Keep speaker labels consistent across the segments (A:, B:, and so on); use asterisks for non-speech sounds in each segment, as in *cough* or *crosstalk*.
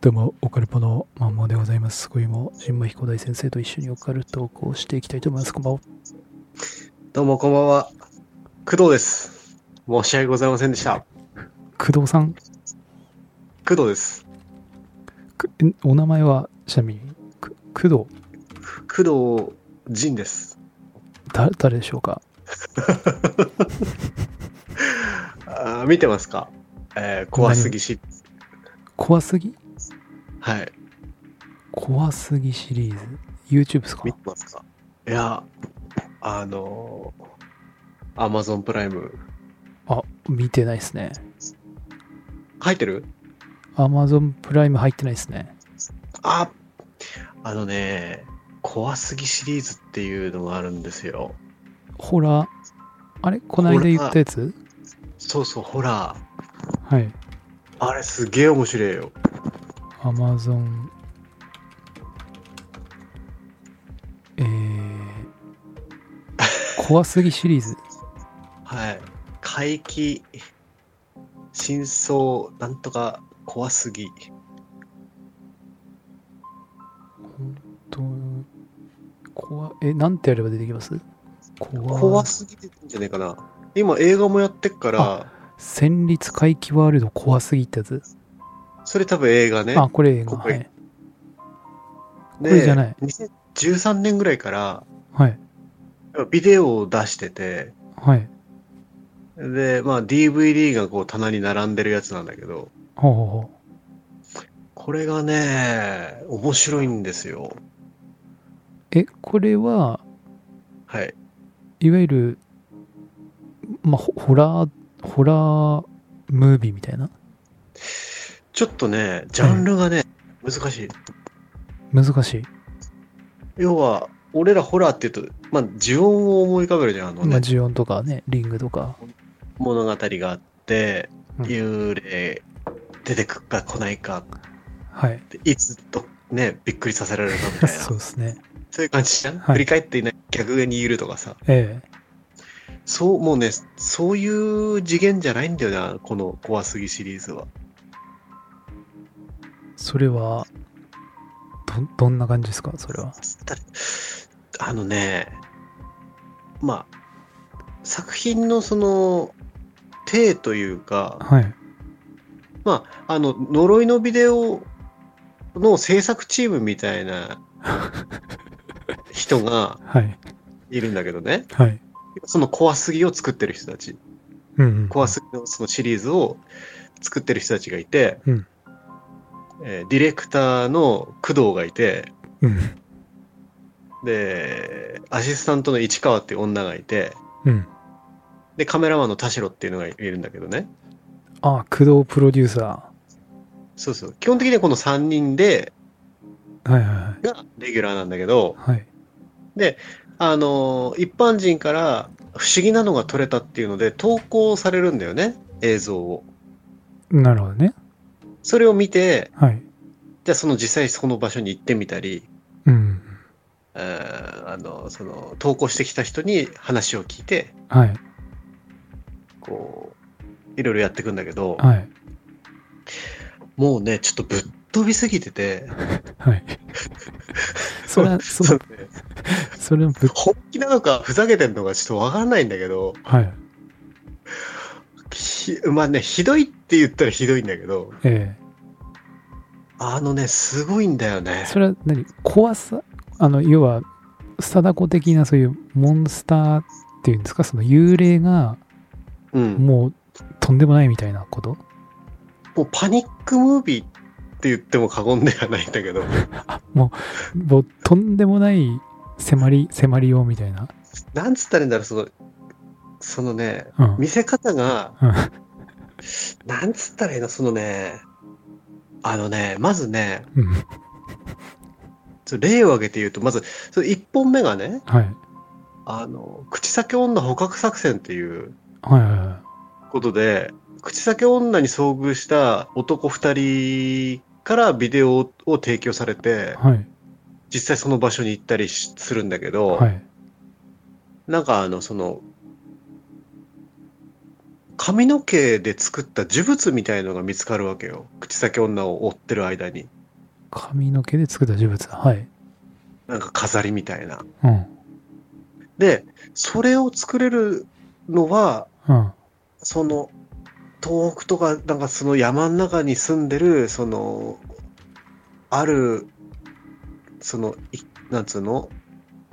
A: どうも、オカルポのまんまでございます。今夜も、神馬彦大先生と一緒にオカルトークをしていきたいと思います。こんばんは。
B: どうもこんばんは。工藤です。申し訳ございませんでした。
A: 工藤さん、
B: 工藤です。
A: くんお名前は、ちなみに、く工藤、
B: 工藤仁です。
A: だ誰でしょうか
B: あー見てますかえー、怖すぎし。
A: 怖すぎ
B: はい。
A: 怖すぎシリーズ。YouTube ですか
B: 見てますかいや、あのー、Amazon プライム。
A: あ、見てないですね。
B: 入ってる
A: Amazon プライム入ってないですね。
B: ああのね、怖すぎシリーズっていうのがあるんですよ。
A: ホラー、あれこないだ言ったやつ
B: そうそう、ホラー。
A: はい。
B: あれすげえ面白いよ。
A: Amazon
B: *laughs*
A: えー、怖すぎシリーズ
B: はい。怪奇、真相、なんとか怖すぎ。
A: 本当怖えなんてやれば出てきます怖
B: 怖すぎてんじゃねえかな。今映画もやってっから、
A: 戦慄回帰ワールド怖すぎってやつ
B: それ多分映画ね。
A: あこれ映画
B: ここ
A: は
B: へ
A: い
B: で
A: これじゃない
B: 2013年ぐらいから、
A: はい
B: ビデオを出してて、
A: はい
B: で、まあ DVD がこう棚に並んでるやつなんだけど、
A: ほうほうほう
B: これがね、面白いんですよ。
A: えこれは
B: はい。
A: いわゆるまあホホラーホラームービーみたいな
B: ちょっとね、ジャンルがね、難しい。
A: 難しい、
B: 要は、俺らホラーって言うと、まあ呪音を思い浮かべるじゃん、あの
A: ま
B: ね
A: あ、ジオンとかねリングとか
B: 物語があって、
A: うん
B: 幽霊出てくっか来ないか
A: はい
B: でいつどねびっくりさせられるかみた
A: *laughs*
B: いな
A: そうですね
B: そういう感じじゃん、
A: はい
B: 振り返っていない逆上にいるとかさ
A: ええ
B: そうもうねそういう次元じゃないんだよなこの怖すぎシリーズは
A: それはどどんな感じですかそれは
B: つったらあのねまあ作品のその体というか
A: はい *laughs*
B: まああの呪いのビデオの制作チームみたいな人が
A: はい
B: いるんだけどね
A: はい
B: その怖すぎを作ってる人たち
A: うんうん
B: 怖すぎのそのシリーズを作ってる人たちがいて、
A: うん
B: えーディレクターの工藤がいて、
A: うん
B: で、アシスタントの市川っていう女がいて、
A: うん
B: で、カメラマンの田代っていうのがいるんだけどね。
A: あ工藤プロデューサ
B: そうそう。基本的にはこの3人で、
A: ーはいはいはい
B: がレギュラーなんだけど、
A: はい
B: あのー一般人から不思議なのが撮れたっていうので、投稿されるんだよね、映像を。
A: なるほどね
B: それを見て、
A: はい
B: じゃあその実際その場所に行ってみたり、
A: うん
B: えーあの、その、投稿してきた人に話を聞いて、
A: はい
B: こう、いろいろやっていくんだけど、
A: はい
B: もうね、ちょっとぶっ飛びすぎてて、 *laughs*
A: *laughs* はいそれはそ
B: そううね
A: それはぶっ
B: 本気なのかふざけてんのかちょっとわかんないんだけど、
A: はい
B: ひまあね、ひどいって言ったらひどいんだけど、
A: え
B: あのね、すごいんだよ
A: え
B: ね。
A: それは何怖さあの要は貞子的なそういうモンスターっていうんですかその幽霊が
B: うん。
A: もうとんでもないみたいなこと
B: もうパニックムービーって言っても過言ではないんだけど、
A: もうとんでもない迫り迫りようみたいな
B: なんつったらいいんだろう、その、そのね、
A: うん
B: 見せ方が、
A: うん
B: なんつったらいいの、そのね、あのね、まずね、
A: うん
B: ちょ例を挙げて言うと、まず、その1本目がね、
A: はい
B: あの、口裂け女捕獲作戦っていう
A: はいはいはい
B: ことで、口裂け女に遭遇した男2人からビデオを提供されて、
A: はい。
B: 実際その場所に行ったりしするんだけど、
A: はい。
B: なんかあの、その、髪の毛で作った呪物みたいのが見つかるわけよ。口先女を追ってる間に。
A: 髪の毛で作った呪物だ。はい。
B: なんか飾りみたいな。
A: うん。
B: で、それを作れるのは、
A: うん。
B: その、東北とか、なんかその山の中に住んでる、その、ある、その、いなんつうの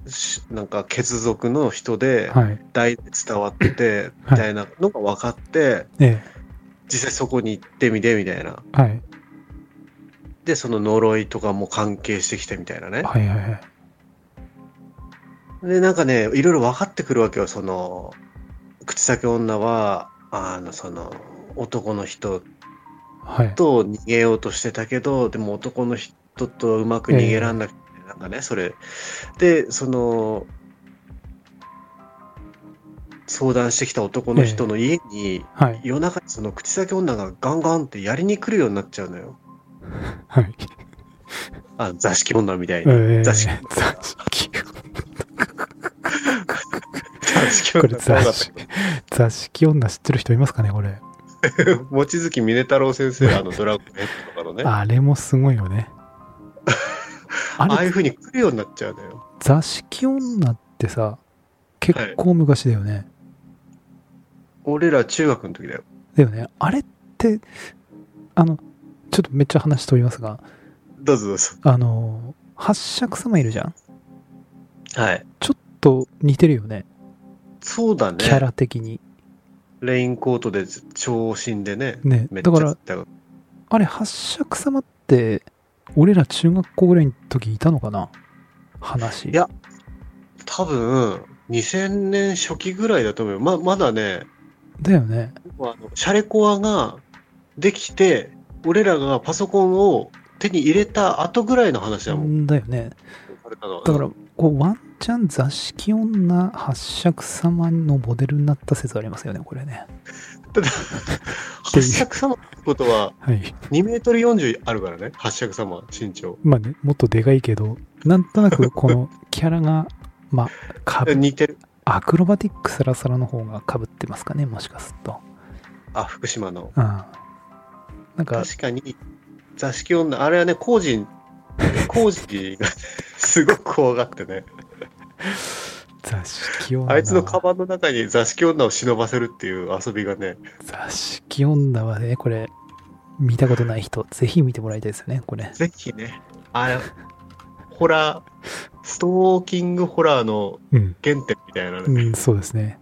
B: しなんか血族の人で、
A: はい。
B: 代で伝わってて、
A: *coughs* はい
B: みたいなのが分かって、
A: え
B: 実際そこに行ってみて、みたいな。
A: え。はい。
B: で、その呪いとかも関係してきてみたいなね。
A: はいはいはい。
B: で、なんかね、いろいろ分かってくるわけよ。その、口先女は、あの、その、男の人
A: はい。
B: と逃げようとしてたけど、でも男の人とうまく逃げらんなくて、なんかね、それ。で、その、相談してきた男の人の家に、
A: はい。
B: 夜中にその口先女がガンガンってやりに来るようになっちゃうのよ。
A: はい。
B: あ座敷女みたい
A: え
B: に。
A: え。
B: 座敷
A: 座敷。
B: 座敷
A: こ
B: 女
A: れ
B: そ
A: 座
B: うだった
A: 敷。座敷女知ってる人いますかね、これ。
B: 望月峰太郎先生、あのドラゴンヘッドとかのね。
A: あれもすごいよ *laughs* ね。
B: ああ
A: あ
B: いう
A: れ、
B: 風に来るようになっちゃうのよ。
A: 座敷女ってさ、結構昔だよね。
B: 俺ら中学の時だよ。
A: だよね。あれって、あの、ちょっとめっちゃ話飛びますが、
B: どうぞどうぞ。
A: あの、八尺様いるじゃん。
B: はい。
A: ちょっと似てるよね。
B: そうだね。
A: キャラ的に。
B: レインコートで長身でね。
A: ね。
B: めっち
A: だ
B: ゃ
A: から、あれ、八尺様って、俺ら中学校ぐらいの時いたのかな話。
B: いや多分、2000年初期ぐらいだと思うよ。ま、まだね、
A: だよね。
B: あのシャレコアができて、俺らがパソコンを手に入れた後ぐらいの話だもん。
A: だよね。
B: これなの
A: だから、こう、ワンチャン座敷女八尺様のモデルになった説ありますよね、これね。
B: 八尺様ってことは、
A: はい。
B: 2メートル40あるからね。八尺様、身長。
A: まあね、もっとでかいけど、なんとなくこのキャラが、まあ、かぶ
B: 似てる。
A: アクロバティックサラサラの方がかぶってますかね、もしかすると。
B: あ、福島の。
A: うん。なんか、
B: 確かに、座敷女、あれはね、工事、工事がすごく怖がってね。
A: 座敷女は。
B: あいつのカバンの中に座敷女を忍ばせるっていう遊びがね、
A: 座敷女はね、これ、見たことない人、ぜひ見てもらいたいですよね、これ。
B: ぜひね、あれ、ホラー、ストーキングホラーの
A: うん。
B: 原点みたいなね。
A: うん、そうですね。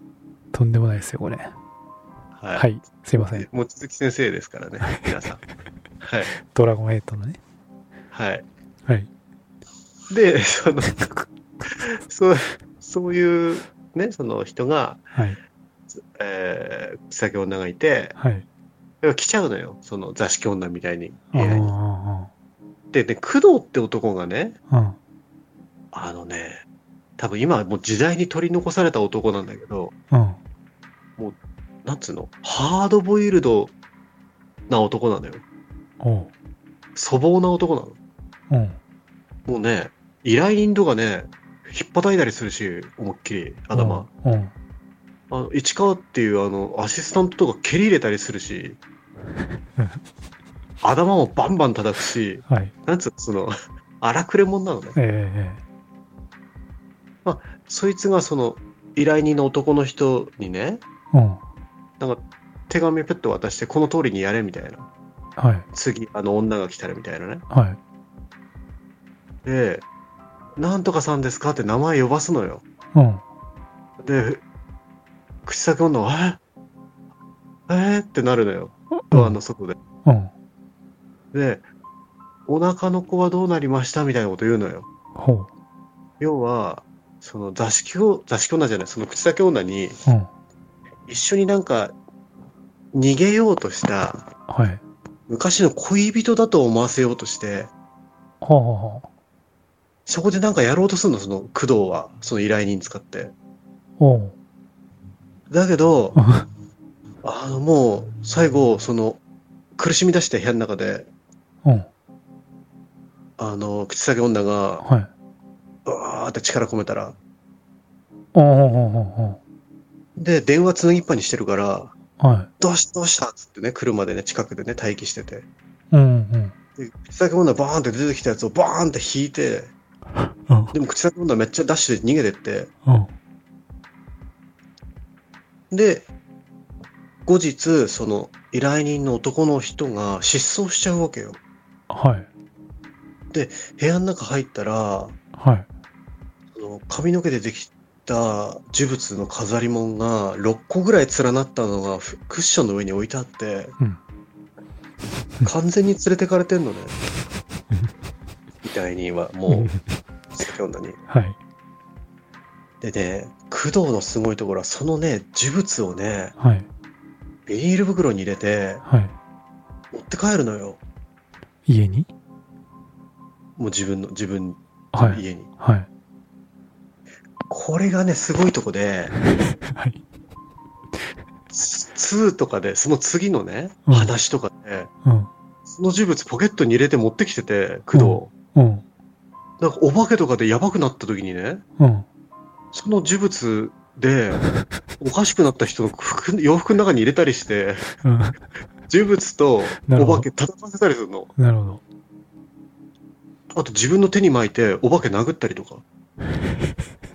A: とんでもないですよ、これ。
B: は
A: はい、すいません。
B: 望月先生ですからね、皆さん。はい。
A: ドラゴンエイトのね。
B: はい。
A: *laughs* はい。
B: で、その、そう、そういう、ね、その人が、
A: はい。
B: えー、先女がいて、
A: はい。
B: だから来ちゃうのよ、その座敷女みたいに。
A: あ
B: 部屋に
A: あ
B: でね、工藤って男がね、
A: ああ、うん。
B: あのね、多分今はもう時代に取り残された男なんだけど、
A: うん。
B: なんつうの、ハードボイルドな男なのよ。
A: おう。
B: 粗暴な男なの。
A: うん。
B: もうね、依頼人とかね、引っ叩いたりするし、思いっきり、頭。。
A: うん。
B: あの、市川っていうあの、アシスタントとか蹴り入れたりす
A: *laughs*
B: るし、頭もバンバン叩くし、
A: はい。
B: なんつうの、その、荒くれ者なのね。
A: ええ
B: そいつがその依頼人の男の人にね、
A: ええうん。
B: なんか手紙ペット渡して、この通りにやれみたいな。
A: はい。
B: 次、あの女が来たらみたいなね。
A: はい。
B: で、なんとかさんですかって名前呼ばすのよ。
A: うん。
B: で、口先女は、ええー、ってなるのよ。ドアの外で。
A: うん。
B: で、お腹の子はどうなりましたみたいなこと言うのよ。
A: ほう。
B: 要は、その座敷を、座敷女じゃない、その口先女に、
A: うん。
B: 一緒になんか、逃げようとした、
A: はい。
B: 昔の恋人だと思わせようとして、
A: はあ、はあ、
B: そこでなんかやろうとするの、その工藤は、その依頼人使って。
A: おう。 *laughs*
B: だけど、
A: あ
B: あの、もう、最後、その、苦しみ出して部屋の中で、
A: うん。
B: あの、口先女が、
A: はい。
B: うわーって力込めたら、
A: おうおうおうおう
B: で、電話つなぎっぱにしてるから、
A: は
B: どうしどうしたっつってね、車でね、近くでね、待機してて。
A: い。うんうん。
B: で口裂け女バーンって出てきたやつをバーンって引いて、
A: うん
B: でも口裂け女めっちゃダッシュで逃げてって、
A: うん。
B: で、後日、その依頼人の男の人が失踪しちゃうわけよ。
A: はい。
B: 部屋の中入ったら、
A: はい。
B: その髪の毛でできた呪物の飾り物が6個ぐらい連なったのがふクッションの上に置いてあって、
A: うん
B: 完全に連れてかれてんの
A: *laughs*
B: ね。依頼人は、もう、先女に。
A: はい。
B: でね、工藤のすごいところは、そのね、呪物をね、
A: はい。
B: ビニール袋に入れて、
A: はい。
B: 持って帰るのよ。
A: 家に
B: もう自分の、自分、
A: はい。
B: 家に。
A: はい。
B: これがね、すごいとこで、
A: はい。
B: 2とかで、その次のね、
A: うん
B: 話とかで、
A: うん。
B: その呪物ポケットに入れて持ってきてて、工
A: うん。
B: 藤。なんかお化けとかでやばくなった時にね、
A: うん。
B: その呪物で、おかしくなった人の服洋服の中に入れたりして、
A: うん。 *laughs*
B: 呪物と
A: なるほ
B: お
A: ど
B: 化け戦わせたりするの。
A: なるほど。
B: あと自分の手に巻いてお化け殴ったりとか。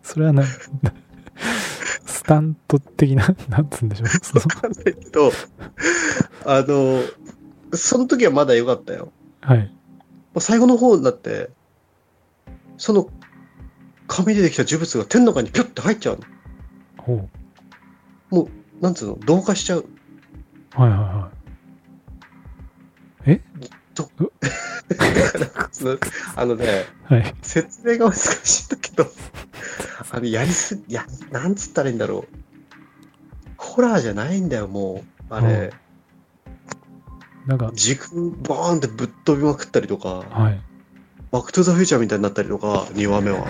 A: それはな、 *laughs* スタント的な、 *laughs* なんつうん
B: *laughs*
A: でしょう。その
B: わかんないけど、あの、その時はまだ良かったよ。
A: はい。
B: もう最後の方になって、その紙でできた呪物が手の中にピュッて入っちゃうの。
A: ほう。
B: なんつうの同化しちゃう。
A: はいはいはい。え
B: と
A: う
B: そのあのね、
A: はい。
B: 説明が難しいんだけど、 *laughs* あの、やりすぎ、いや、なんつったらいいんだろう。ホラーじゃないんだよ、もう。あれ、
A: なんか、
B: 時空バーンってぶっ飛びまくったりとか、
A: はい。
B: バックトゥザフューチャーみたいになったりとか、2話目は。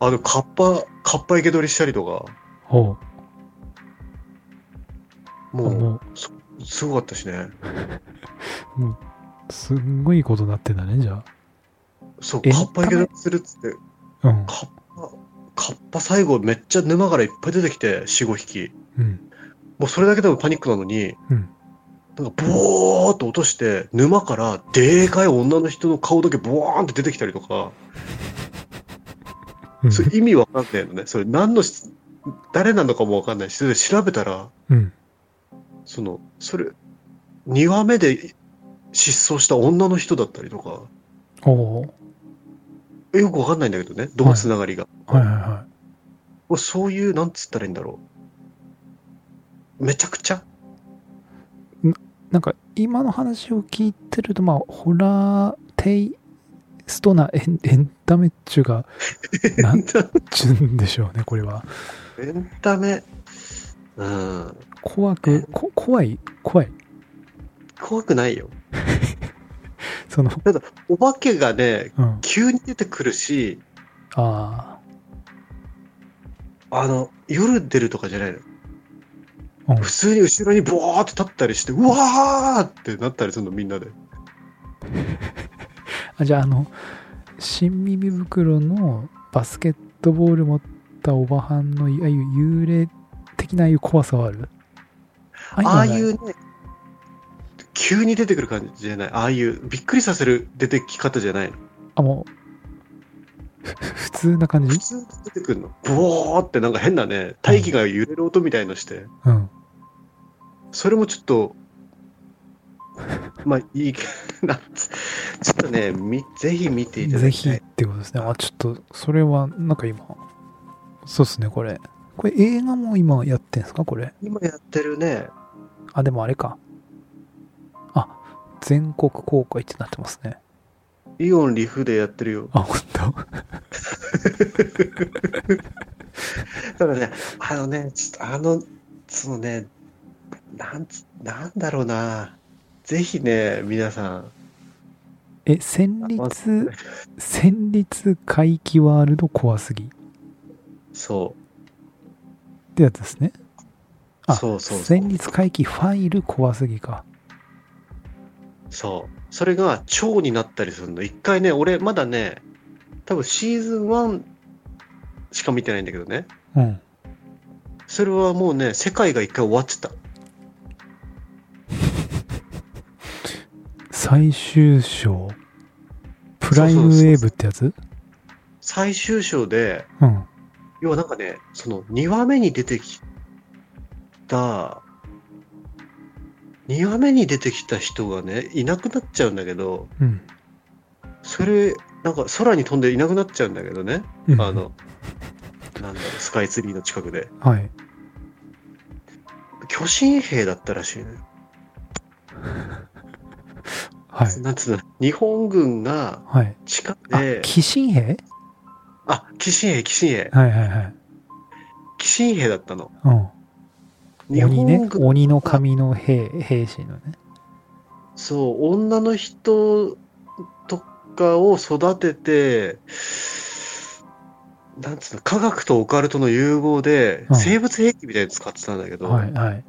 B: あの、カッパ、カッパ生け捕りしたりとか、
A: ほう。あ
B: も
A: も
B: う、すごかったしね。
A: う、すんごいことなってんだね、じゃ
B: そう、カ
A: エン
B: ッ
A: タメ
B: パ生け捕りするっつって、
A: あ。うん。
B: カッパ、カッパ最後めっちゃ沼からいっぱい出てきて、4、5匹。
A: うん。
B: もうそれだけでもパニックなのに、
A: うん
B: なんかボーっと落として、沼からでかい女の人の顔だけボワーンって出てきたりとか、
A: うん
B: それ意味わかんないのね。それ何のし、誰なのかもわかんないし、それで調べたら、
A: うん。
B: その、それ、2話目で失踪した女の人だったりとか、
A: おー
B: よくわかんないんだけどね、どのつながりが。
A: はいはいは
B: もうそういう、なんつったらいいんだろう。めちゃくちゃ
A: い。なんか、今の話を聞いてると、まあ、ホラーテイストなエンエンタメっちゅうか、な
B: *laughs* エ
A: ん
B: ンタ
A: ちゅうんでしょうね、これは。
B: エンタメ、うん、
A: 怖く、こ怖い、怖い。
B: 怖くないよ。
A: その、
B: お化けがね、
A: うん。あ
B: 急に出てくるし、
A: あ
B: あの、夜出るとかじゃないの。
A: ー。うん
B: 普通に後ろにボワーっと立ったりして、うわーってなったりするの、みんなで。
A: あじゃああの新耳袋のバスケットボール持ったおばはんのいああいう幽霊的なああいう怖さはあるあ
B: ああい
A: のは
B: うね、急に出てくる感じじゃない。ああいう、びっくりさせる出てき方じゃないの。
A: ないあもうふ普通な感
B: 普
A: じ
B: 通に出てくるの。ボーってなんか変なね、大気が揺れる音みたいのして、
A: うん
B: それもちょっと、まあいいけど、なんつちょっとね、みぜひ見ていただ
A: ぜ
B: き
A: ひ
B: たい。
A: ってことですねあちょっとそれはなんか今そうっすねこれこれ映画も今やってんすかこれ
B: 今やってるね、
A: あでもあれかあ全国公開ってなってますね
B: イオンリフでやってるよ。
A: あ本当
B: ただね、あのね、ちょっとあの、そのね、なんつ、なんだろうな。ぜひね、皆さん。
A: え戦律戦律回帰ワールド怖すぎっ
B: そ
A: てやつですね
B: う。
A: あ
B: そうそうそう
A: 戦。律回帰ファイル怖すぎか
B: そう。それが蝶になったりするの。一回ね、俺まだね、多分シーズン1しか見てないんだけどね。
A: うん。
B: それはもうね、世界が一回終わってた。
A: 最終章。プライムウェーブってやつ
B: 最終章で、
A: うん。
B: 要はなんかね、その2話目に出てきた、2話目に出てきた人がね、いなくなっちゃうんだけど、
A: うん。
B: それ、なんか空に飛んでいなくなっちゃうんだけどね、
A: うん
B: あ。の、なんだろう、スカイツリーの近くで。
A: はい。
B: 巨神兵だったらしいね。
A: はい。
B: なんつうの、日本軍が
A: はい。
B: 地下
A: あ、
B: で、
A: 寄進兵
B: あ、鬼神兵、鬼神兵、
A: はいはいはい。
B: 鬼神兵だったの。
A: うん。
B: 日
A: 鬼ね
B: 本。軍、
A: 鬼の神の兵、兵士のね。
B: そう、女の人とかを育てて、なんつうの、科学とオカルトの融合で
A: う、ん
B: 生物兵器みたいに使ってたんだけど、
A: はいはい。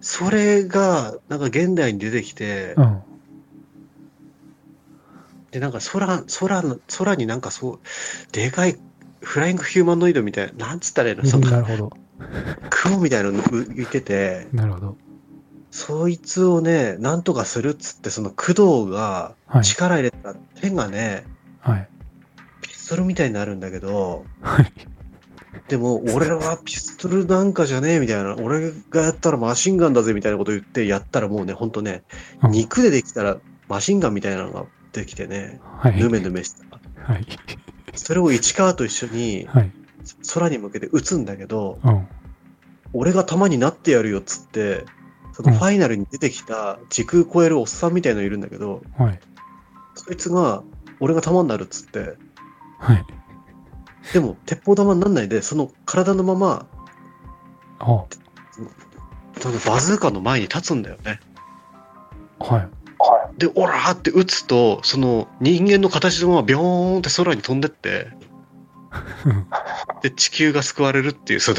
B: それが、なんか現代に出てきて、
A: うん。
B: で、なんか空、空の、空になんかそう、でかい、フライングヒューマノイドみたいな、なんつったらいいの、そ
A: な
B: の
A: るほど。
B: 雲みたいなの浮いてて、
A: なるほど。
B: そいつをね、なんとかするっつって、その工藤が
A: はい。
B: 力入れた手がね、
A: はい。
B: ピストルみたいになるんだけど、
A: はい。
B: でも、俺らはピストルなんかじゃねえみたいな、俺がやったらマシンガンだぜみたいなこと言ってやったらもうね、ほんとね、
A: うん
B: 肉でできたらマシンガンみたいなのができてね、
A: はい。
B: ヌメヌメした。
A: はい。
B: それを市川と一緒に
A: はい。
B: 空に向けて撃つんだけど、
A: うん。
B: 俺が弾になってやるよっつって、そのファイナルに出てきた時空超えるおっさんみたいのいるんだけど、
A: はい。
B: そいつが、俺が弾になるっつって、
A: はい。
B: でも、鉄砲玉になんないで、その体のまま、
A: あ、
B: そのバズーカの前に立つんだよね。
A: はい。
B: で、オラーって撃つと、その人間の形のままビョーンって空に飛んで *laughs* って、で、地球が救われるっていう、その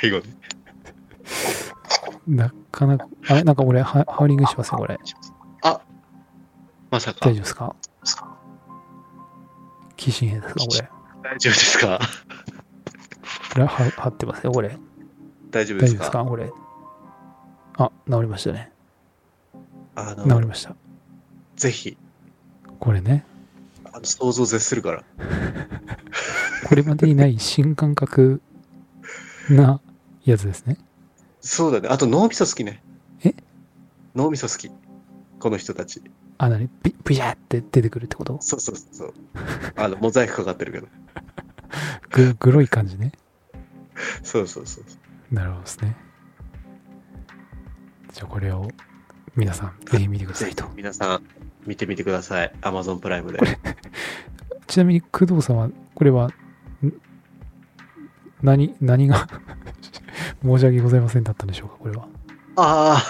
B: 最後に。
A: なかなか、あれなんか俺、ハハウリングしますよ、これ。
B: あ、まさか
A: 大。丈夫ですか寄進兵ですか、これ。
B: 大丈夫ですか
A: これは、張ってますよ、これ。
B: 大丈夫
A: 大丈
B: で
A: 夫
B: す
A: で
B: か
A: すか、これ。あ、治りましたね。
B: あ
A: 治り
B: の、
A: ました。
B: ぜひ、
A: これね。
B: あの想像を絶するから。
A: これまでにない新感覚なやつですね。
B: そうだね。あと脳みそ好きね。
A: え
B: 脳みそ好き。この人たち。
A: あ、なにビビシャーって出てくるってこと
B: そうそうそ
A: *laughs*
B: うそう。あの、モザイクかかってるけど。
A: ググロい感じね。
B: そうそうそう。
A: なるほどですね。じゃあこれを皆さんぜひ見てくださ
B: ぜ
A: い
B: ひ
A: と。
B: 皆さん、見てみてください。Amazon プライムで。
A: ちなみに工藤さんは、これは、ん何、何が *laughs* 申し訳ございませんだったんでしょうか、これは。
B: あ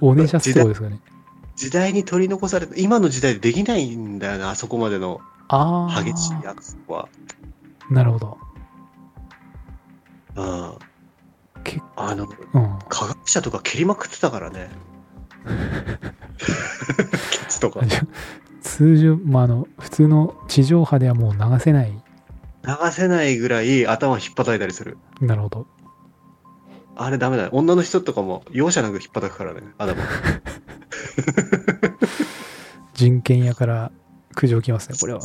A: おねしゃすとこですかね。
B: あ、時代に取り残された、今の時代でできないんだよな、あそこまでの
A: ああ。
B: 激しいアクションは。
A: なるほど。
B: うん。
A: 結
B: あの、
A: うん。
B: 科学者とか蹴りまくって
A: *laughs*
B: たからね。キッズとか。
A: あじゃあ通常、まあ、あの、普通の地上波ではもう流せない。
B: 流せないぐらい頭引っ叩いたりする。
A: なるほど。
B: あれダメだね。女の人とかも容赦なく引っ叩くからね、頭。
A: 人権屋から苦情き *laughs* ますね、これは。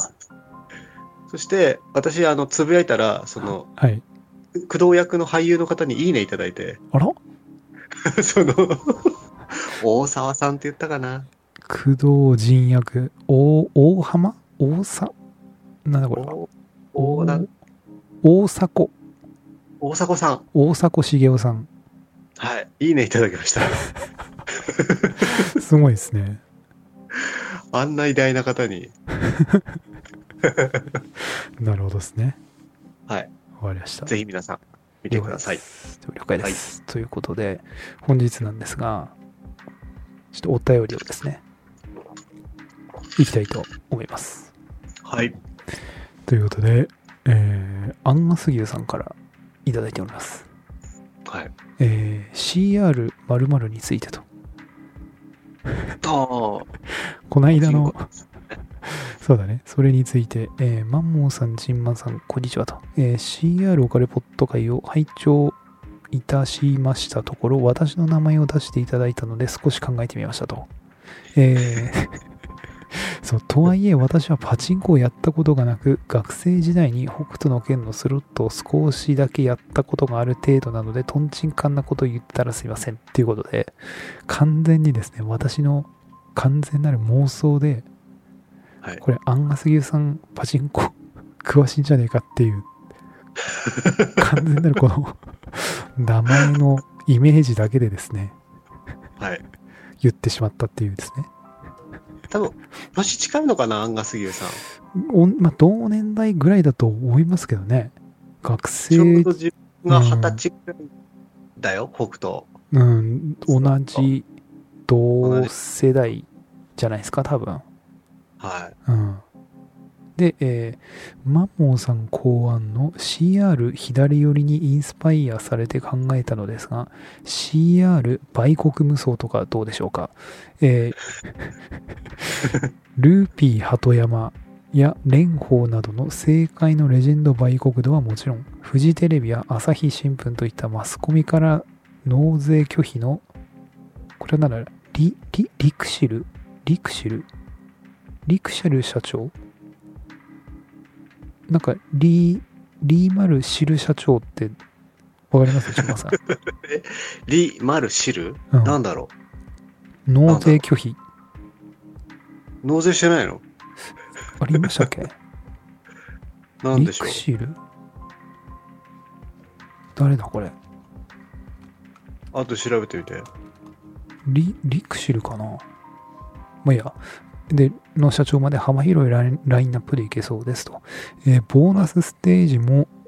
B: そして、私、あの、つぶやいたら、その、
A: はい。
B: 工藤役の俳優の方にいいねいただいて、 *laughs*
A: あら
B: そ
A: *laughs*
B: の、大沢さんって言ったかな。
A: 工藤人役、大、大浜大さ、なんだこれは。
B: 大大な
A: 大迫、
B: 大迫さん。
A: 大迫茂雄さん。
B: はい。いいねいただきました。
A: すごいですね。
B: あんな偉大な方に。
A: なるほどですね。
B: はい。
A: わかりました。
B: ぜひ皆さん、見てください
A: 了。解です。ということで、本日なんですが、ちょっとお便りをですね、いきたいと思います。
B: はい。
A: ということで、えー、アンガス牛さんからいただいております。
B: はい。
A: えー、CR○○ についてと。
B: ああ。
A: この間の、そうだね。それについて、えーマンモンさん、ジンマンさん、こんにちはと。えー CR オカレポット会を拝聴いたしましたところ、私の名前を出していただいたので、少し考えてみましたと。えー *laughs* そうとはいえ私はパチンコをやったことがなく学生時代に北斗の拳のスロットを少しだけやったことがある程度なのでとんちんかんなことを言ったらすいませんっていうことで完全にですね私の完全なる妄想で
B: はい。
A: これアンガス牛さんパチンコ *laughs* 詳しいんじゃねえかっていう
B: *laughs*
A: 完全なるこの名前のイメージだけでですね
B: はい。
A: 言ってしまったっていうですね
B: 多分、年近いのかな、アンガス牛さん。
A: おんまあ、同年代ぐらいだと思いますけどね学
B: ちょう
A: 生
B: ど、自分が
A: うん
B: 二十歳くらいだよ、北斗。
A: うん、
B: そうか
A: 同じ同世代じゃないですか多分
B: は
A: うんで、えーマンモンさん考案の CR 左寄りにインスパイアされて考えたのですが CR 売国無双とかどうでしょうか、えールーピー鳩山や蓮舫などの政界のレジェンド売国度はもちろんフジテレビや朝日新聞といったマスコミから納税拒否のこれはならリリリクシルリクシルリクシェル社長なんか、リー、リーマルシル社長って、わかり
B: *laughs*
A: ます島さん。
B: い。リ・マル・シル、
A: うん
B: なんだろ
A: 納税拒否。
B: う納税してないの
A: ありましたっけ
B: なん
A: リ
B: でしょ
A: ク
B: う
A: シル誰だこれ
B: あと調べてみて。
A: リ、リクシルかなまあいいや。で、の社長まで幅広いラインラインナップでいけそうですと。えーボーナスステージも、 *coughs*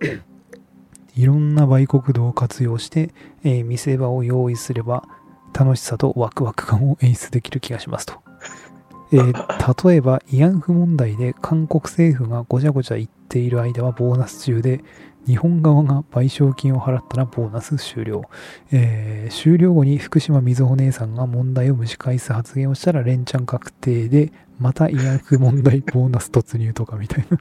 A: いろんな売国道を活用して、えー見せ場を用意すれば、楽しさとワクワク感を演出できる気がしますと。えー例えば、慰安婦問題で韓国政府がごちゃごちゃ言っている間はボーナス中で、日本側が賠償金を払ったらボーナス終了。えー終了後に福島みずほ姉さんが問題を蒸し返す発言をしたら連チャン確定でまた慰安婦問題ボーナス突入とかみたいな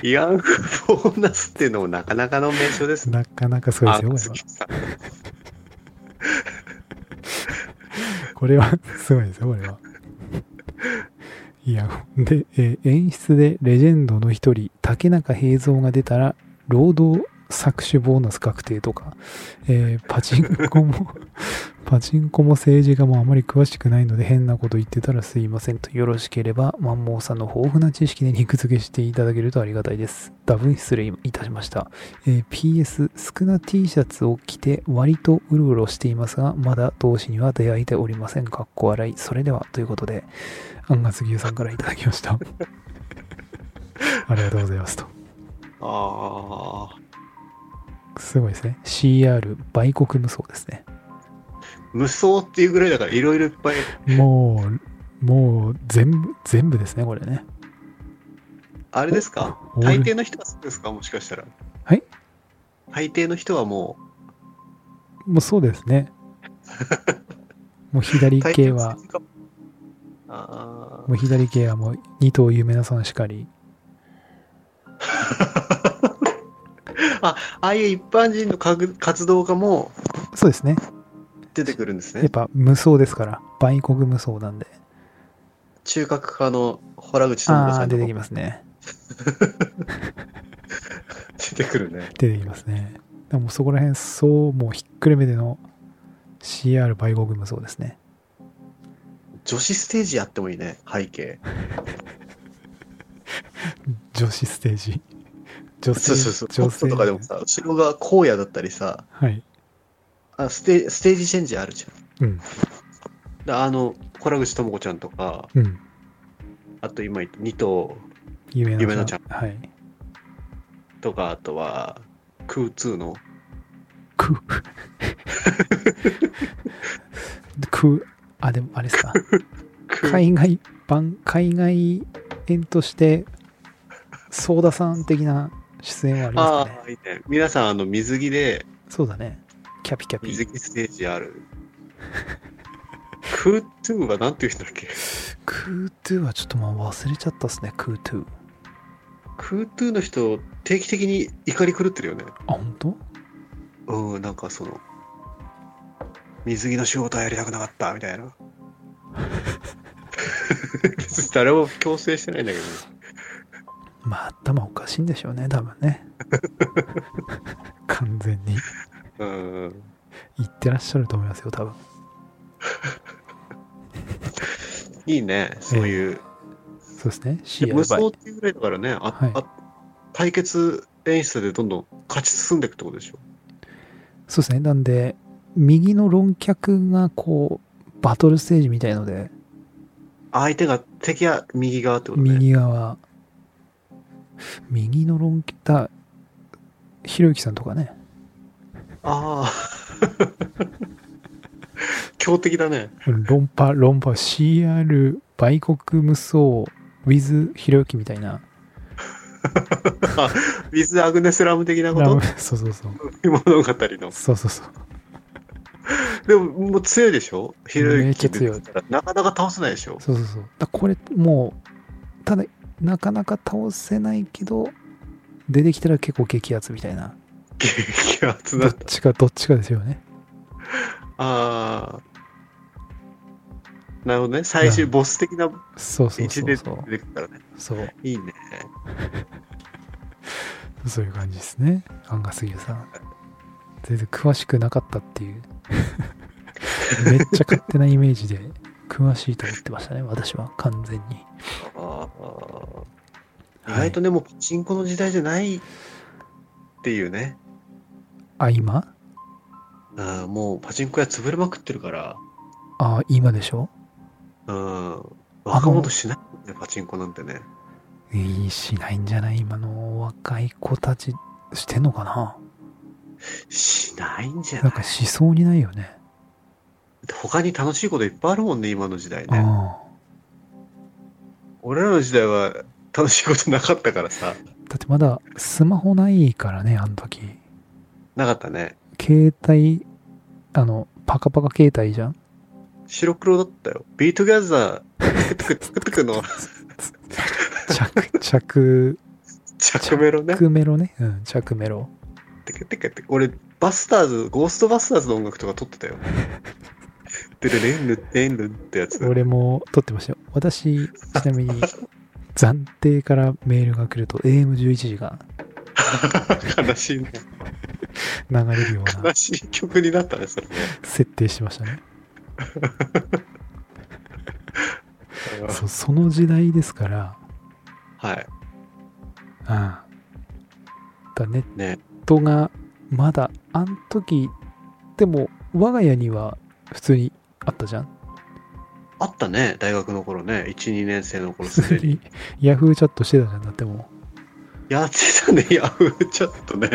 B: 慰安婦ボーナスっていうのもなかなかの名称ですね。
A: なかなかそうですよ
B: あ
A: これ
B: 好
A: は
B: きさ
A: これはすごいですよこれはいやで、えー演出でレジェンドの一人竹中平蔵が出たら労働搾取ボーナス確定とか、えーパチンコも *laughs* パチンコも政治家もあまり詳しくないので変なこと言ってたらすいませんとよろしければマンモーさんの豊富な知識で肉付けしていただけるとありがたいです多分失礼いたしました、えー PS 少な T シャツを着て割とうろうろしていますがまだ同志には出会えておりませんかっこ笑いそれではということでアンガス牛さんからいただきましたありがとうございますと
B: ああ、
A: すごいですね CR 売国無双ですね
B: 無双っていうぐらいだからいろいろいっぱい。
A: もうもう全部全部ですねこれね
B: あれですか
A: お
B: 大抵の人はそうですかもしかしたら。
A: はい
B: 大抵の人はも
A: もうそうですねもう左
B: う、大抵
A: 系
B: の
A: は
B: 政治家もあ
A: もう左系はもう二頭有名なさんしかり
B: *laughs* あ、ああいう一般人のかぐ活動家も
A: そうですね
B: 出てくるんです
A: やっ
B: ね。
A: ぱ無双ですから売国無双なんで
B: 中核派の洞口智子
A: あ
B: さ
A: あ
B: ん
A: 出
B: とか
A: てき
B: も
A: ますね
B: 出てくるね。
A: 出てきますねでもうそこら辺そうもうひっくるめての CR 売国無双ですね
B: 女子ステージやってもいいね、背景。
A: 女子ステージ女性
B: そうそうそう。
A: 女
B: 女性
A: 性
B: とかでもさ、後ろが荒野だったりさ、
A: はい
B: あステステージチェンジあるじゃん。
A: うん
B: だあの、洞口智子ちゃんとか、
A: うん
B: あと今言った二頭
A: 夢の
B: 夢のちゃん
A: はい
B: とか、あとは、空通の、
A: クークーあでもあれですか海外版海外演としてソーダさん的な出演はありま
B: あ
A: すかね
B: あ、いいね。皆さん、あの、水着で、
A: そうだねキャピキャピ *laughs*
B: 水着ステージある。クートゥーはなんていうんだっけ
A: クートゥーはちょっとまあ忘れちゃったっすね、クートゥー。
B: クートゥーの人、定期的に怒り狂ってるよね。
A: あ、本当？
B: うん、なんかその、水着の仕事はやりたくなかった、みた
A: *laughs*
B: いな。別に誰も強制してないんだけどね。
A: まあ頭おかしいんでしょうね、多分ね。 *laughs* 完全に
B: うん。
A: 言ってらっしゃると思いますよ、多分。
B: いいね、そういう。
A: そうですね。
B: で無
A: CI
B: 双っていうぐらいだからね、あ、
A: はい
B: あ対決演出でどんどん勝ち進んでいくってことでしょ。
A: そうですね。なんで、右の論客がこう、バトルステージみたいので、
B: 相手が、敵は右側ってことね。
A: 右側、右の論客、だ、ひろゆきさんとかね、
B: ああ。
A: *laughs*
B: 強敵だね。
A: 論
B: *laughs*
A: 破、論破、CR、売国無双、with ひろゆきみたいな、
B: あウィズ・アグネス・ラム的なこ
A: ラ
B: と
A: ム *laughs* そうそうそう、
B: *laughs* 物語の。
A: そうそうそう。
B: でも、もう強いでしょひろゆ
A: めっち
B: き
A: ゃ強い
B: だったらなかなか倒せないでしょ
A: そうそうそう。だこれもう、ただ、なかなか倒せないけど、出てきたら結構激アツみたいな。
B: 激圧
A: ど
B: な
A: っ。ちかどっちかですよね。
B: ああ。なるほどね。最終、
A: うん
B: ボス的な
A: そうそ
B: 位
A: うそう
B: 置で
A: そう。
B: 出てくるからね。
A: そう。
B: いいね。
A: そういう感じですね。アンガスギルさん。全然詳しくなかったっていう。 *laughs* めっちゃ勝手なイメージで、詳しいと思ってましたね、私は、完全に。
B: あー意
A: はい
B: 外とね、もうパチンコの時代じゃないっていうね。
A: あ、今
B: あーもうパチンコ屋潰れまくってるから。
A: あ、今でしょ
B: うん。若者しないもんね、パチンコなんてね。
A: いいしないんじゃない今の若い子たち、してんのかな
B: しないんじゃ
A: な
B: なんい
A: かしそうにないよね。
B: 他に楽しいこといっぱいあるもんね、今の時代
A: う
B: ね。
A: ん。
B: 俺らの時代は楽しいことなかったからさ。
A: だってまだスマホないからね、あの時。
B: なかったね。
A: 携帯、あの、パカパカ携帯じゃん
B: 白黒だったよ。ビートギャザー、トゥクトゥクトゥクトゥ
A: *laughs*
B: クの
A: 着、着、
B: 着メロね。
A: 着メロね。うん、着メロ。
B: テクテクテク俺、バスターズ、ゴーストバスターズの音楽とか撮ってたよ。でレンルレンルってやつ。
A: 俺も撮ってましたよ。私、ちなみに、暫定からメールが来ると AM11 時が
B: 悲しいね。
A: 流れるような
B: 悲しい曲になったね、それね。
A: 設定してましたね。そうその時代ですから、
B: はい。
A: うん。だネッ
B: ね。
A: トがまだ、あん時、でも、我が家には普通にあったじゃん。
B: あったね、大学の頃ね。1、2年生の頃す
A: 普通 *laughs*
B: でに。
A: にヤフーチャットしてたじゃん。だっても
B: やってたね、ヤフーチャットね。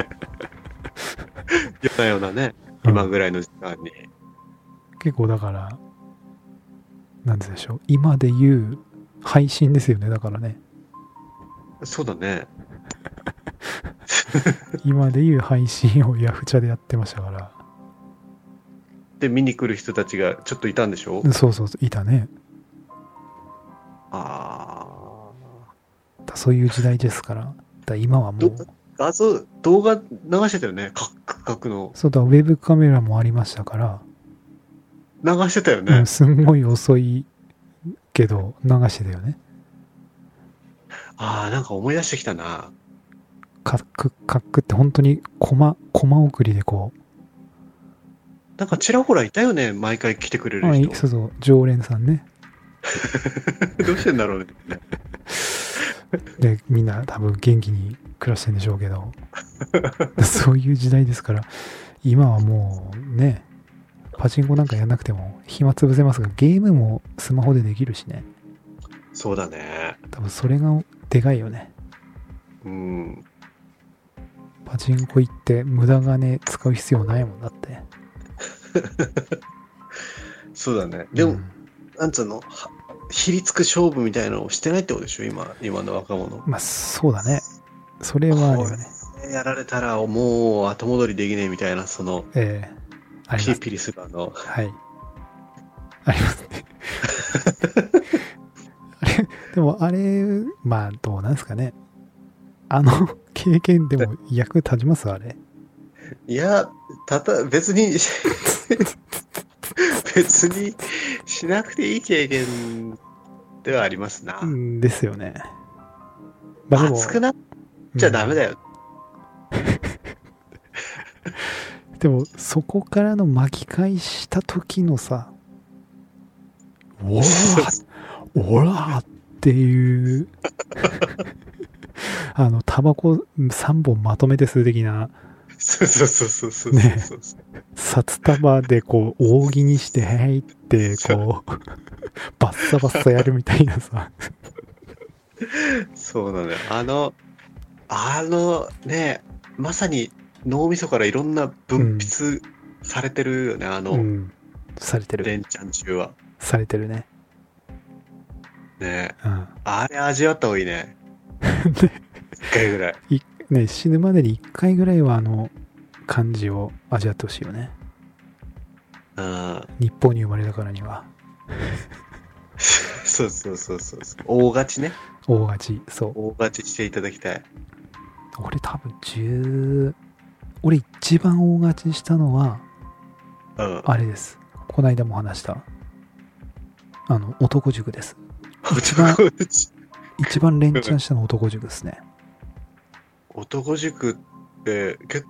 B: 夜な夜なね、
A: う。
B: 今
A: うん
B: ぐらいの時間に。
A: 結構だから、なんでしょう。今で言う配信ですよね。だからね。
B: そうだね。
A: 今で言う配信をヤフチャでやってましたから。
B: *laughs* で、見に来る人たちがちょっといたんでしょ、
A: そうそうそう、いたね。
B: ああ。
A: だそういう時代ですから。だ今はも
B: ど
A: う、
B: 画像、動画流してたよね。カッカッカの。
A: そうだ、ウェブカメラもありましたから、
B: 流してたよ
A: う
B: ね
A: ん。すんごい遅いけど、流してたよね。
B: ああ、なんか思い出してきたな。
A: カック、カックって本当にコマ、コマ送りでこう、
B: なんかちらほらいたよね。毎回来てくれる
A: あい
B: 人。
A: そうそう、常連さんね。
B: *laughs* どうしてんだろうね。
A: で、みんな多分元気に暮らしてんでしょうけど、そういう時代ですから、今はもうね、パチンコなんかやんなくても暇潰せますが、ゲームもスマホでできるしね。
B: そうだね。
A: 多分それがでかいよね。
B: うん。
A: パチンコ行って無駄金使う必要ないもんだって。
B: そうだね。でも、
A: うん
B: なんつうの、はひりつく勝負みたいなのをしてないってことでしょ今、今の若者。
A: まあそうだね。それはあるよね。
B: やられたらもう後戻りできねえみたいな、その、
A: ええあり
B: ピ
A: ま
B: リ
A: す。
B: ピリするあの、
A: はい。ありますね。 *laughs* あれ、でもあれ、まあどうなんですかね。あの *laughs* 経験でも役立ちますあれ。
B: いや、たた、別に、別にしなくていい経験で *laughs* はありますな。
A: うんですよね。まあでも
B: 熱くなっちゃダメだよ。
A: うんでもそこからの巻き返した時のさ、おらおらって
B: *laughs*
A: いう、あの、タバコ3本まとめて吸う的な、
B: そうそうそうそうそうそうそう。
A: ね札束でこう、扇にして、はいって、こう、バッサバッサやるみたいなさ、
B: そうなのよ。あの、あのね、まさに脳みそからいろんな分泌されてるよね、あ
A: う
B: の、
A: ん、されてる。
B: レンちゃん中は。
A: されてるね。
B: ね
A: うん。
B: あれ味わった方がい
A: *laughs*
B: いね。一回ぐらい。
A: ね、死ぬまでに1回ぐらいはあの感じを味わってほしいよね
B: うん。 *laughs*
A: 日本に生まれたからには
B: そうそうそうそうそう。大勝ちね。
A: 大勝ちそう
B: 大勝ちしていただきたい。
A: 俺多分10俺一番大勝ちしたのは
B: うん。
A: あれですこないだも話したあの男塾です
B: *laughs*
A: 番
B: 男塾。
A: 一番連チャンしたの男塾ですね
B: 男塾って、結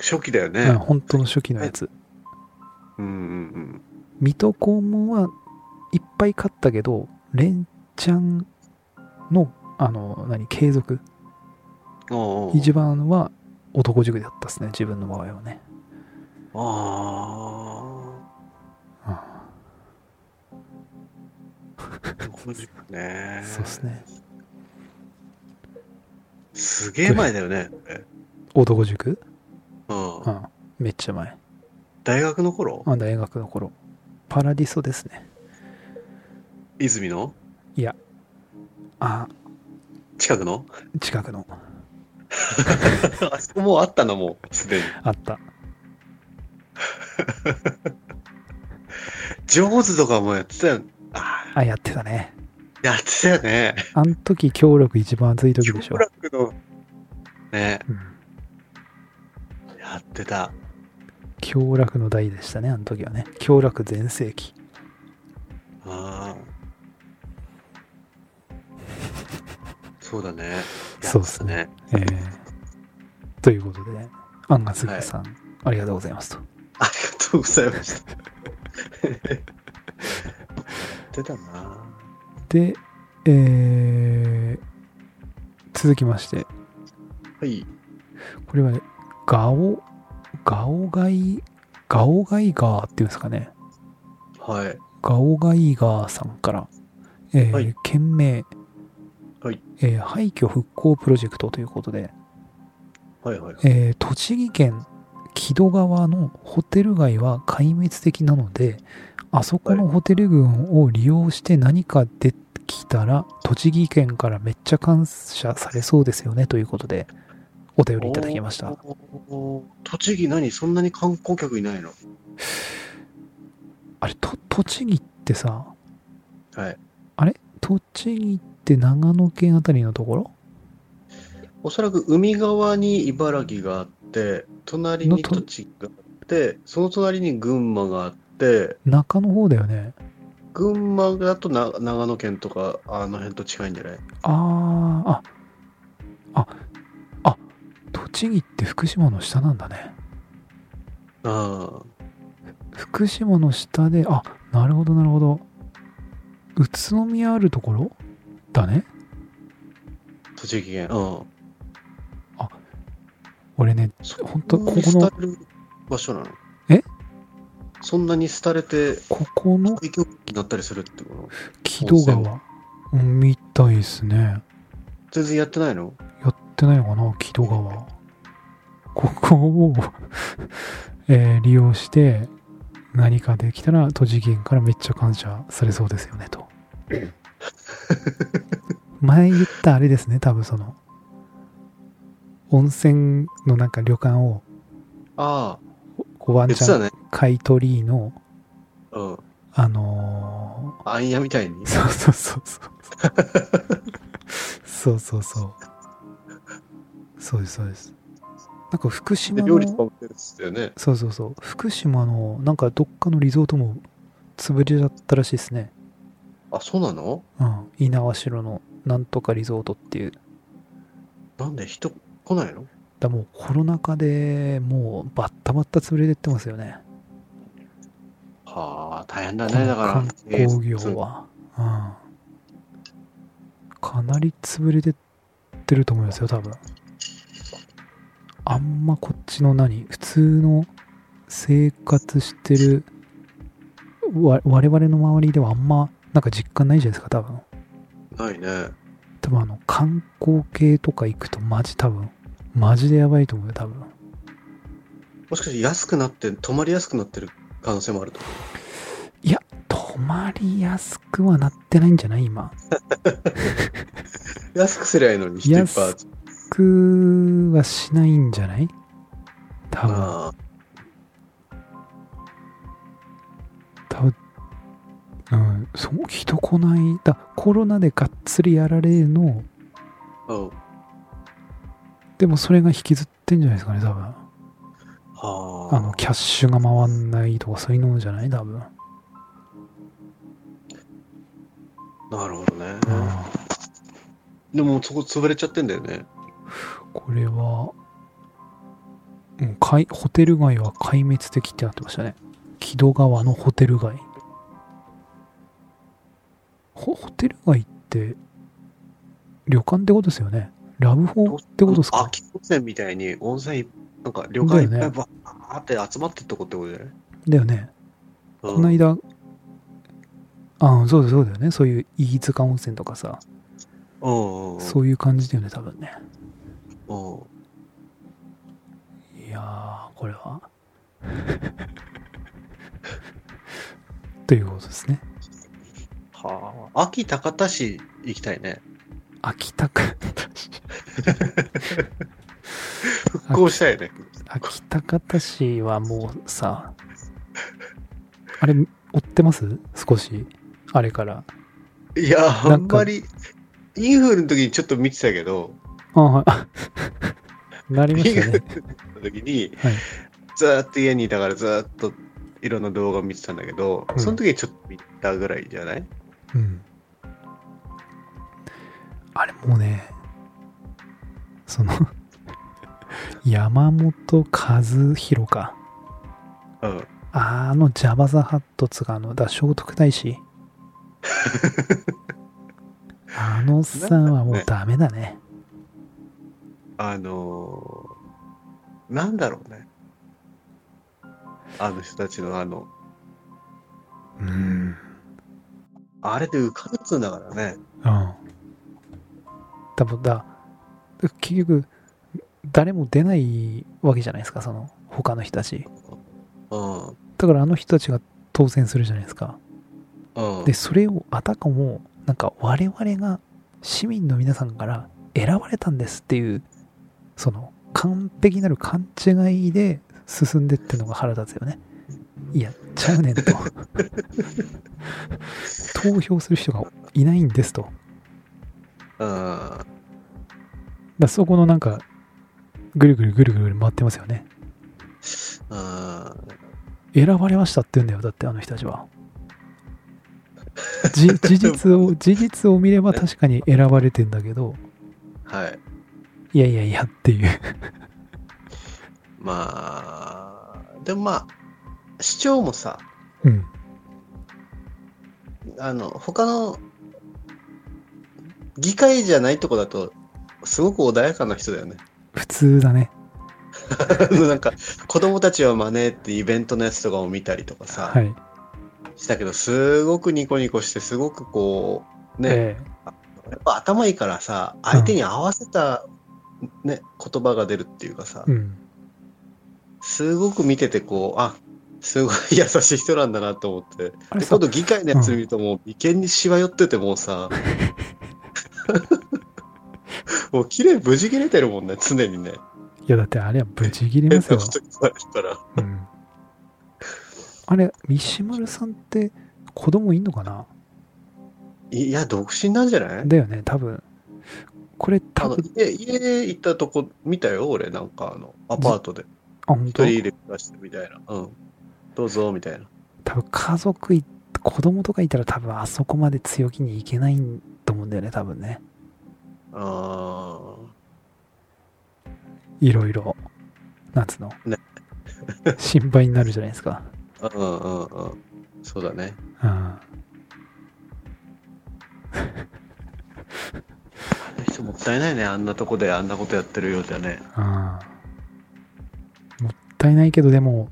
B: 初期だよ
A: うん
B: ね。
A: 本当の初期のやつ
B: うんうん
A: 水戸黄門はいっぱい勝ったけど連チャンのあの何継続
B: うん。おうおう
A: 一番は男塾だったですね自分の場合はね、
B: あ
A: うん
B: あ。男塾
A: *laughs*
B: ね。
A: そうですね
B: すげえ前だよね。
A: 男塾
B: うん
A: *laughs* う。んめっちゃ前
B: 大学の頃
A: あ大学の頃パラディソですね
B: 泉の
A: あ
B: 近
A: *laughs*
B: くの *laughs*
A: 近くの
B: あそこもうあったのもうすでに。
A: あった
B: 上手とかもやってたよ。あ
A: あやってたね
B: あ、やってたよね。
A: あの時協力一番熱い
B: *laughs*
A: 時でしょ
B: 京、楽の。ね
A: うん、
B: やってた。
A: 強楽の代でしたねあの時はね強楽全盛期
B: ああ。そうだね。
A: そうっすね
B: やって
A: えー、ということでアンガスギさん、ありがとうございますと
B: たね。ありがとうございました。
A: *laughs*
B: やってたな。
A: でえー、続きまして
B: はい。
A: これはね、ガオ、ガオガイ、ガオガイガーっていうんですかね。
B: はい。
A: ガオガイガーさんから、えー
B: はい
A: 件名、
B: はい
A: えー廃墟復興プロジェクトということで、
B: はいはい。
A: えー栃木県木戸川のホテル街は壊滅的なので、あそこのホテル群を利用して何かできたら、栃木県からめっちゃ感謝されそうですよねということで、お便りいただきました。
B: おー。栃木何そんなに観光客いないの
A: あれ、と、栃木ってさ、
B: はい。
A: あれ栃木って長野県あたりのところ
B: おそらく海側に茨城があって、隣
A: の
B: に
A: と
B: 栃木があって、その隣に群馬があって、
A: 中の方だよね。
B: 群馬だとな長野県とか、あの辺と近いんじゃない
A: あー、あ、あ、あ、栃木って福島の下なんだね。
B: ああ、
A: 福島の下で、あ、なるほどなるほど。宇都宮あるところだね。
B: 栃木県。うん。
A: 俺ね、
B: そ
A: ほんと
B: んな
A: こ
B: に
A: この
B: 廃れる場所なの
A: え
B: そんなに廃れて、
A: ここの
B: 廃墟になったりするってこと
A: 木戸川うんみたいですね。
B: 全然やってないの
A: やってないのかな木戸川ここを、 *laughs* えー利用して何かできたら栃木県からめっちゃ感謝されそうですよね
B: *laughs*
A: と前言ったあれですね多分その温泉のなんか旅館を
B: ああ、
A: こうワン
B: 言っ
A: ち
B: て
A: ゃ
B: た
A: ん
B: ね。
A: 買い取りの
B: うん。
A: あの
B: あんやみたいに
A: ー、。そうそうそうそう。そうそうそう。そうです、そうです。なんか福島
B: で
A: の
B: 料理とかも出てたよね。
A: そうそうそう。福島の、なんかどっかのリゾートも潰れちゃったらしいですね。
B: あ、そうなの
A: うん。猪苗代のなんとかリゾートっていう。だか
B: なんで人来ないの
A: らもうコロナ禍でもうバッタバッタ潰れてってますよね。
B: はあ、大変だ
A: こ
B: ね。
A: の
B: だから
A: 観、光業は。うん。かなり潰れてってると思いますよ、多分。あんまこっちの何普通の生活してるわ我々の周りではあんまなんか実感ないじゃないですか、多分。
B: えーないね。
A: 多分あの観光系とか行くとマジ多分マジでやばいと思うよ多分
B: もしかして安くなって、泊まりやすくなってる可能性もあると。
A: 泊まりやすくはなってないんじゃない今
B: 安くすりゃいいのに、人いっぱい集まる。
A: くはしないんじゃない多分
B: あ
A: 多分うんそう人来ないだコロナでがっつりやられるの
B: あ、うん。
A: でもそれが引きずってんじゃないですかね多分
B: はあ。
A: あのキャッシュが回んないとかそういうのじゃない多分、うん
B: なるほどね。でも、そこ潰れちゃってんだよね。
A: これはもうかいホテル街は壊滅的ってなってましたね木戸川のホテル街ホホテル街って旅館ってことですよねラブホってことです
B: あ
A: か
B: の秋温泉みたいに、温泉いっ、なんか旅館いっぱい
A: だよね
B: ばーって集まってってことってことじゃない
A: だよねこの
B: うん
A: 間ああそうだそうだよねそういう飯塚温泉とかさ
B: うんうん。
A: そうういう感じだよね多分ね
B: ん。うん
A: いやーこれ
B: *laughs*
A: はということですね
B: はあ。秋高田市行きたいね。
A: 秋田か
B: 復興したいね。
A: 秋田方市はもうさあれ追ってます少しあれから
B: いやー、あ
A: なんんか
B: まり、インフルの時にちょっと見てたけど、
A: あはいあなりましたね
B: の時に、
A: はい
B: ずーっと家にいたからずーっといろんな動画を見てたんだけど、
A: うん
B: その時にちょっと見たぐらいじゃない
A: うんあれもうねその山本和弘か
B: うん。
A: あのジャバザハットつがあのだ聖徳太 *laughs* 子あのおっさんはもうダメだね
B: あのー、なんだろうね。あの人たちのあの、
A: うん
B: あれで浮かぶっつうんだからね。
A: うん。多分だ、結局、誰も出ないわけじゃないですか、その、他の人たち。
B: うん。
A: だからあの人たちが当選するじゃないですか。
B: うん
A: で、。それをあたかも、なんか我々が、市民の皆さんから選ばれたんですっていう、その、完璧なる勘違いで進んでってのが腹立つよね。いや、ちゃうねんと。投票する人がいないんですと。
B: う
A: だ
B: ん。
A: からそこのなんか、ぐるぐるぐるぐる回ってますよね。
B: うん。
A: 選ばれましたって言うんだよ、だってあの人たちは。
B: *laughs*
A: じ事実を、事実を見れば確かに選ばれてんだけど、
B: はい。
A: いやいやいやっていう。
B: まあ、でもまあ、市長もさ、
A: うん。
B: あの、他の、議会じゃないとこだと、すごく穏やかな人だよね。 *laughs*
A: 普通だね。
B: あのなんか、子供たちを招いてイベントのやつとかを見たりとかさ、
A: はい。ね
B: したけど、すごくニコニコして、すごくこう、ね、
A: え
B: やっぱ頭いいからさ、相手に合わせた、ね、言葉が出るっていうかさ、
A: うん。
B: すごく見ててこう、あ、すごい優しい人なんだなと思って。
A: あれ
B: で、
A: さ
B: 今、度議会のやつ見るともう、眉間にしわ寄っててもうさ、もう綺麗、無事切れてるもんね、常にね。
A: いやだってあれはブチ切れ
B: 変
A: ま
B: な
A: す
B: こ
A: よ。
B: と言われたら。
A: うん。あれ、三島丸さんって、子供いんのかない
B: や、独身なんじゃない
A: だよね、多分。これ
B: あ
A: 多
B: の
A: 分、
B: 家家行ったとこ見たよ、俺、なんかあの、アパートで。
A: あ、本
B: 一
A: 当
B: 人で暮らしてみたいな。うん。どうぞ、みたいな。
A: 多分家族い、子供とかいたら多分あそこまで強気にいけないと思うんだよね、多分ね。
B: あ
A: いろいろ。なんつうの、
B: ね
A: *laughs* 心配になるじゃないですか。
B: あ。うんうんうん。そうだね。
A: うん。
B: あの *laughs* 人もったいないね。あんなとこであんなことやってるようじゃね。
A: ああもったいないけどでも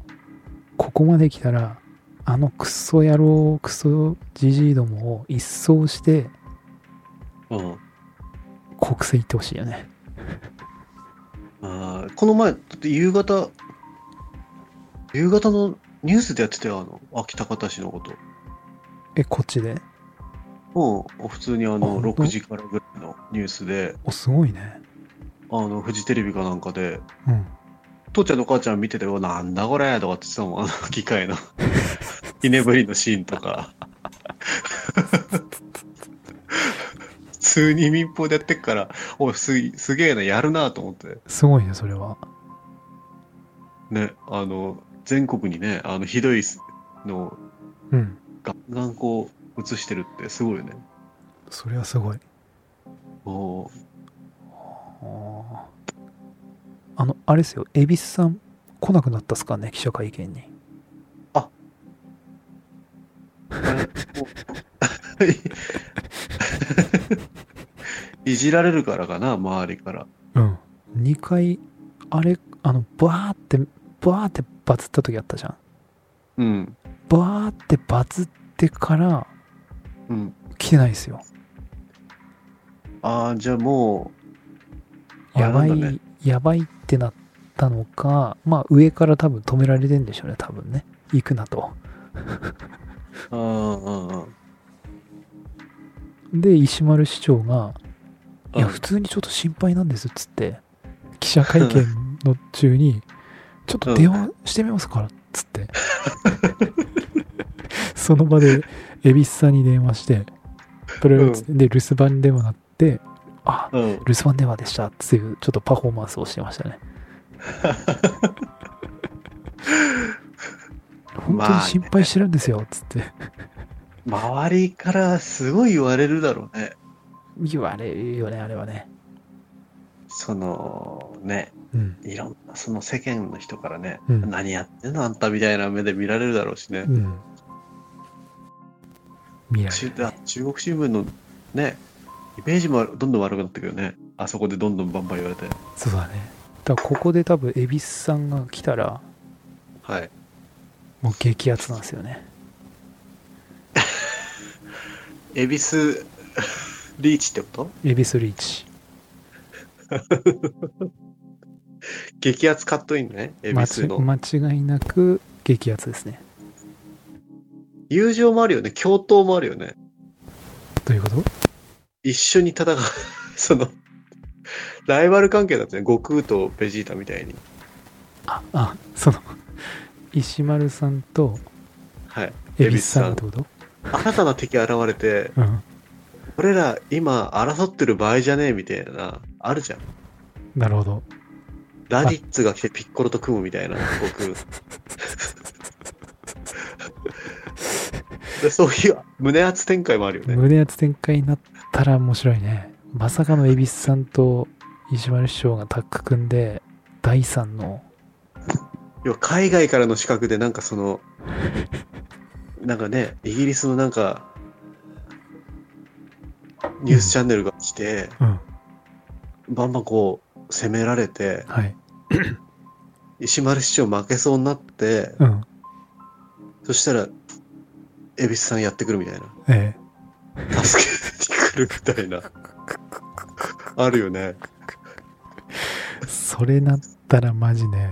A: ここまで来たらあのクソ野郎クソジジイどもを一掃して
B: うん。
A: 国政行ってほしいよね
B: あーこの前、だって夕方、夕方のニュースでやってたよ、あの、秋田方市のこと。
A: えこっちで
B: うん、普通にあ
A: あ
B: の、
A: 本当
B: 6時からぐらいのニュースで、
A: おすごいね
B: あの、フジテレビかなんかで、
A: うん
B: 父ちゃんと母ちゃん見てて、うわなんだこれとかって言ってたもん、あの、 *laughs* 機械の、居眠りのシーンとか。 *laughs* 普通に民放でやってっから、おいす、すげえな、やるなと思って。
A: すごいねそれは
B: ね、あの、全国にね、あの、ひどいの、
A: うん
B: ガンガンこう、映してるってすごいよね。
A: それはすごい
B: おー
A: あーあのあれですよ恵比寿さん来なくなったっすかね記者会見に
B: あれ *laughs* いじられるからかな、周りから。
A: うん2回あれあのバーってバーってバズった時あったじゃん
B: うん。
A: バーってバズってから
B: うん。
A: 来てないですよ。
B: ああ、じゃあもう、
A: やば、
B: あれないんだね
A: やばいってなったのか、まあ上から多分止められてんでしょうね、多分ね。行くなと。
B: うんうんうん。
A: で、石丸市長が、いや、
B: うん
A: 普通にちょっと心配なんですっつって、記者会見の中に、ちょっと電話してみますからっつって、 *laughs* その場で、恵比寿さんに電話して、プルルっつって、で、留守番に電話なって、あ、
B: うん。
A: 留守番電話でしたっていうちょっとパフォーマンスをしてましたね *laughs* 本当に心配してるんですよっつって
B: 周りからすごい言われるだろうね。
A: 言われるよねあれはね
B: その、ね、
A: うん
B: いろんな、その世間の人からね、
A: うん
B: 何やってんのあんたみたいな目で見られるだろうしね。
A: うん見られ
B: 中
A: るね
B: 中国新聞のね、イメージもどんどん悪くなってくるよね。あそこでどんどんバンバン言われて。
A: そうだねだからここで多分恵比寿さんが来たら
B: はい。
A: もう激アツなんですよね
B: 恵比寿 *laughs* リーチってこと
A: 恵比寿リーチ
B: 激アツカットインね。恵比寿の。
A: 間違間違いなく激アツですね
B: 友情もあるよね。共闘もあるよね。
A: どういうこと
B: 一緒に戦う。 *laughs* その、ライバル関係だったね。悟空とベジータみたいに。
A: ああその石丸さんと
B: はい。
A: 恵比寿さんってこと
B: 新たな敵現れて、
A: うん
B: 俺ら今争ってる場合じゃねえみたいな、あるじゃん。
A: なるほど。
B: ラディッツが来てピッコロと組むみたいな、悟空。でそういう胸圧展開もあるよね。
A: 胸圧展開になったら面白いね。まさかの恵比寿さんと石丸師匠がタッグ組んで、第3の、
B: 要は海外からの資格でなんかそのなんかねイギリスのなんかニュースチャンネルが来て、
A: うん、
B: バンバンこう攻められて
A: はい。
B: 石丸市長負けそうになって
A: うん、
B: そしたら恵比寿さんやってくるみたいな
A: ええ。
B: 助けに来るみたいなあるよね
A: それなったらマジね、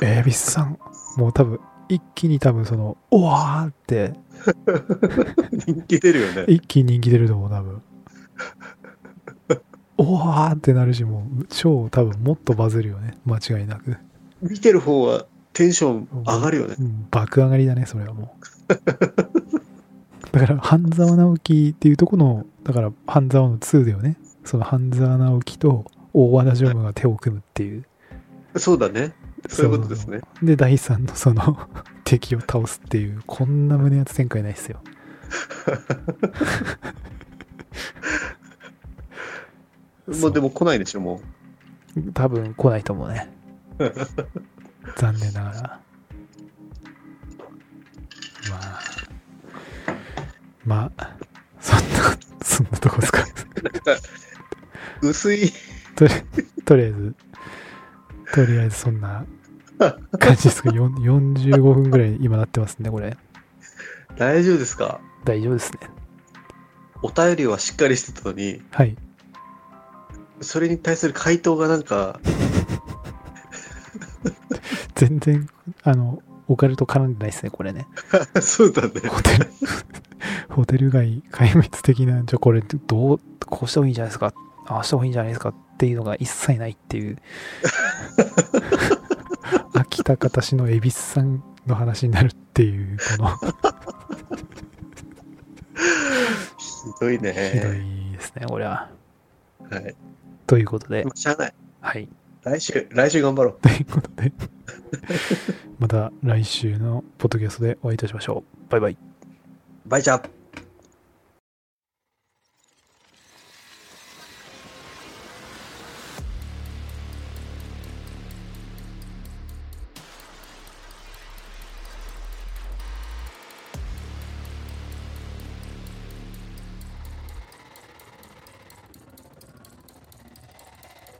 A: 恵比寿さん、もう多分、一気に多分その、おわーって、
B: 人気出るよね
A: 一気に人気出ると思う、多分。おわーってなるし、もう、超多分もっとバズるよね、間違いなく。
B: 見てる方はテンション上がるよね
A: うん爆上がりだね、それはもう。だから半沢直樹っていうとこのだから半沢の2だよねその半沢直樹と大和田常務が手を組むっていう
B: そうだね。そういうことですね。
A: で第3のその *laughs* 敵を倒すっていうこんな胸熱展開ないっすよそう
B: もうでも来ないでしょ、も
A: 多分来ないと思うね残念ながらまあまあそんなそんなとこですか *laughs*
B: う。薄い。
A: とりとりあえずとりあえずそんな感じですかよん45分ぐらい今なってますねこれ
B: 大丈夫ですか
A: 大丈夫ですね
B: お便りはしっかりしてたのに、
A: はい
B: それに対する回答がなんか、 *laughs*
A: 全然あのオカルト絡んでないですねこれね
B: そうだね。
A: ホテルホテル街壊滅的なじゃあこれどうこうした方がいいんじゃないですかああした方がいいんじゃないですかっていうのが一切ないっていう秋田方市の恵比寿さんの話になるっていうこの
B: ひど
A: ひ
B: い
A: ど
B: ね。
A: いですねこれは
B: はい。
A: ということで
B: まあしゃあない。
A: はい
B: 来週、来週頑張ろう。
A: ということで *laughs* また来週のポッドキャストでお会いいたしましょうバイバイ
B: バイチャー。